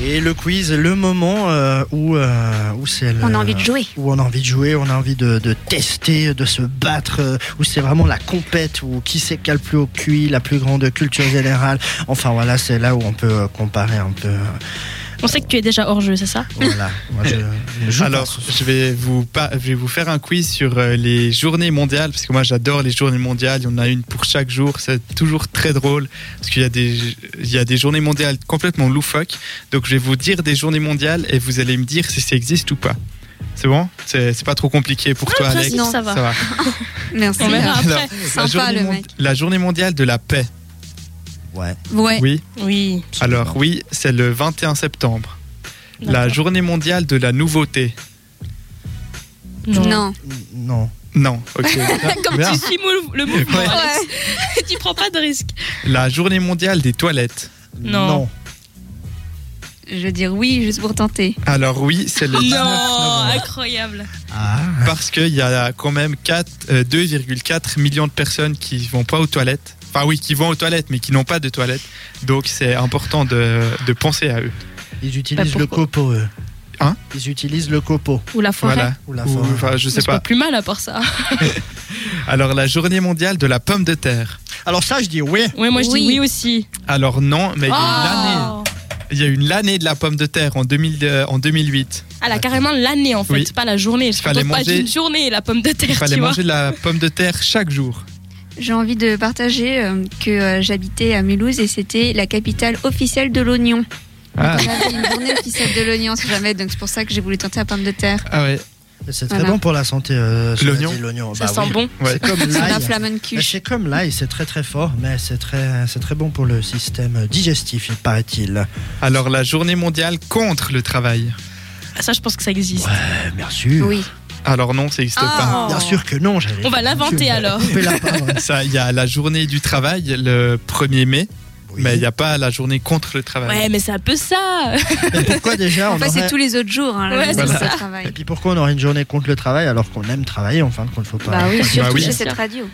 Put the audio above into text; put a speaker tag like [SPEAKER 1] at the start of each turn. [SPEAKER 1] Et le quiz, le moment euh, où, euh, où c'est le-
[SPEAKER 2] On a envie de jouer.
[SPEAKER 1] Où on a envie de jouer, on a envie de, de tester, de se battre, euh, où c'est vraiment la compète, où qui c'est qui a le plus haut QI, la plus grande culture générale. Enfin voilà, c'est là où on peut euh, comparer un peu. euh,
[SPEAKER 3] On sait que tu es déjà hors jeu, c'est ça
[SPEAKER 1] Voilà. Moi, je, je joue pas
[SPEAKER 4] Alors,
[SPEAKER 1] ce soir.
[SPEAKER 4] je vais, vous pa- je vais vous faire un quiz sur euh, les journées mondiales, parce que moi j'adore les journées mondiales, il y en a une pour chaque jour, c'est toujours très drôle, parce qu'il y, a des- il y a des journées mondiales complètement loufoques, donc je vais vous dire des journées mondiales et vous allez me dire si ça existe ou pas. C'est bon C'est c'est pas trop compliqué pour toi,
[SPEAKER 3] principe,
[SPEAKER 4] Alex
[SPEAKER 2] ça
[SPEAKER 3] Ah, va.
[SPEAKER 2] Merci.
[SPEAKER 3] On verra
[SPEAKER 4] Alors,
[SPEAKER 3] après.
[SPEAKER 4] la,
[SPEAKER 2] Sympa,
[SPEAKER 4] journée
[SPEAKER 2] le
[SPEAKER 4] mon-
[SPEAKER 2] mec.
[SPEAKER 4] la journée mondiale de la paix,
[SPEAKER 1] Ouais.
[SPEAKER 2] Ouais.
[SPEAKER 4] oui
[SPEAKER 3] Oui.
[SPEAKER 4] Alors oui, c'est le 21 septembre. La
[SPEAKER 3] D'accord.
[SPEAKER 4] journée mondiale de la nouveauté.
[SPEAKER 2] Non.
[SPEAKER 1] Non.
[SPEAKER 4] Non, ok.
[SPEAKER 3] Comme
[SPEAKER 4] Bien.
[SPEAKER 3] tu suis mou- le mouvement,
[SPEAKER 4] Ouais.
[SPEAKER 3] Alex, tu prends pas de risque.
[SPEAKER 4] La journée mondiale des toilettes.
[SPEAKER 3] Non.
[SPEAKER 2] Je veux dire oui, juste pour tenter.
[SPEAKER 4] Alors oui, c'est le 19
[SPEAKER 3] Non,
[SPEAKER 4] novembre.
[SPEAKER 3] incroyable.
[SPEAKER 1] Ah.
[SPEAKER 4] Parce qu'il y a quand même 4, euh, 2,4 millions de personnes qui vont pas aux toilettes. Enfin oui, qui vont aux toilettes, mais qui n'ont pas de toilettes. Donc c'est important de, de penser à eux.
[SPEAKER 1] Ils utilisent le
[SPEAKER 3] pourquoi
[SPEAKER 1] copeau, eux.
[SPEAKER 4] Hein
[SPEAKER 1] Ils utilisent le copeau.
[SPEAKER 3] Ou la forêt.
[SPEAKER 4] Voilà.
[SPEAKER 1] Ou la
[SPEAKER 4] Ou,
[SPEAKER 1] forêt.
[SPEAKER 4] enfin, je sais
[SPEAKER 3] C'est pas.
[SPEAKER 4] pas.
[SPEAKER 3] plus mal à part ça.
[SPEAKER 4] Alors la journée mondiale de la pomme de terre.
[SPEAKER 1] Alors ça, je dis oui.
[SPEAKER 3] Ouais, moi je
[SPEAKER 2] Oui.
[SPEAKER 3] dis oui aussi.
[SPEAKER 4] Alors non, mais il y a une l'année.
[SPEAKER 3] Oh.
[SPEAKER 4] Il y a eu l'année de la pomme de terre en, 2000, euh, en 2008.
[SPEAKER 3] Ah là, carrément l'année en fait,
[SPEAKER 4] Oui.
[SPEAKER 3] pas la journée. Je
[SPEAKER 4] fallait
[SPEAKER 3] parle pas
[SPEAKER 4] manger-
[SPEAKER 3] d'une journée la pomme de terre,
[SPEAKER 4] Il fallait
[SPEAKER 3] tu vois.
[SPEAKER 4] manger de la pomme de terre chaque jour.
[SPEAKER 2] J'ai envie de partager euh, que euh, j'habitais à Mulhouse et c'était la capitale officielle de l'oignon.
[SPEAKER 4] Ah,
[SPEAKER 2] On avait une journée officielle de l'oignon, si jamais, donc c'est pour ça que j'ai voulu tenter la pomme de terre.
[SPEAKER 4] ah ouais.
[SPEAKER 1] C'est très
[SPEAKER 2] Voilà.
[SPEAKER 1] bon pour la santé. euh, cela
[SPEAKER 4] L'oignon
[SPEAKER 1] dit, L'oignon.
[SPEAKER 3] Ça
[SPEAKER 1] Bah
[SPEAKER 3] sent
[SPEAKER 1] oui.
[SPEAKER 3] bon.
[SPEAKER 4] Ouais.
[SPEAKER 1] C'est comme
[SPEAKER 2] C'est un
[SPEAKER 1] l'ail. Mais
[SPEAKER 2] flamencuche.
[SPEAKER 1] C'est comme l'ail, c'est très très fort, mais c'est très, c'est très bon pour le système digestif, il paraît-il. Euh,
[SPEAKER 4] Alors la journée mondiale contre le travail.
[SPEAKER 3] Ah, Ça, je pense que ça existe.
[SPEAKER 1] Euh, bien sûr.
[SPEAKER 2] Oui.
[SPEAKER 4] Alors non, ça n'existe
[SPEAKER 2] Ah.
[SPEAKER 1] Bien sûr que non, j'allais.
[SPEAKER 3] On va l'inventer, alors.
[SPEAKER 1] Couper la parole.
[SPEAKER 4] pas. Ça, il y a la journée du travail le 1er mai,
[SPEAKER 1] Oui.
[SPEAKER 4] mais il n'y a pas la journée contre le travail.
[SPEAKER 3] Ouais, mais c'est un peu ça.
[SPEAKER 1] Mais pourquoi déjà on
[SPEAKER 2] En fait, c'est
[SPEAKER 1] aurait...
[SPEAKER 2] tous les autres jours, hein, la
[SPEAKER 3] Ouais,
[SPEAKER 2] journée
[SPEAKER 3] c'est
[SPEAKER 2] de
[SPEAKER 3] ça.
[SPEAKER 1] Et
[SPEAKER 2] travail.
[SPEAKER 1] puis pourquoi on aurait une journée contre le travail alors qu'on aime travailler en fin de compte, faut pas.
[SPEAKER 2] Bah oui,
[SPEAKER 4] Bah
[SPEAKER 2] surtout
[SPEAKER 4] oui.
[SPEAKER 2] chez cette radio.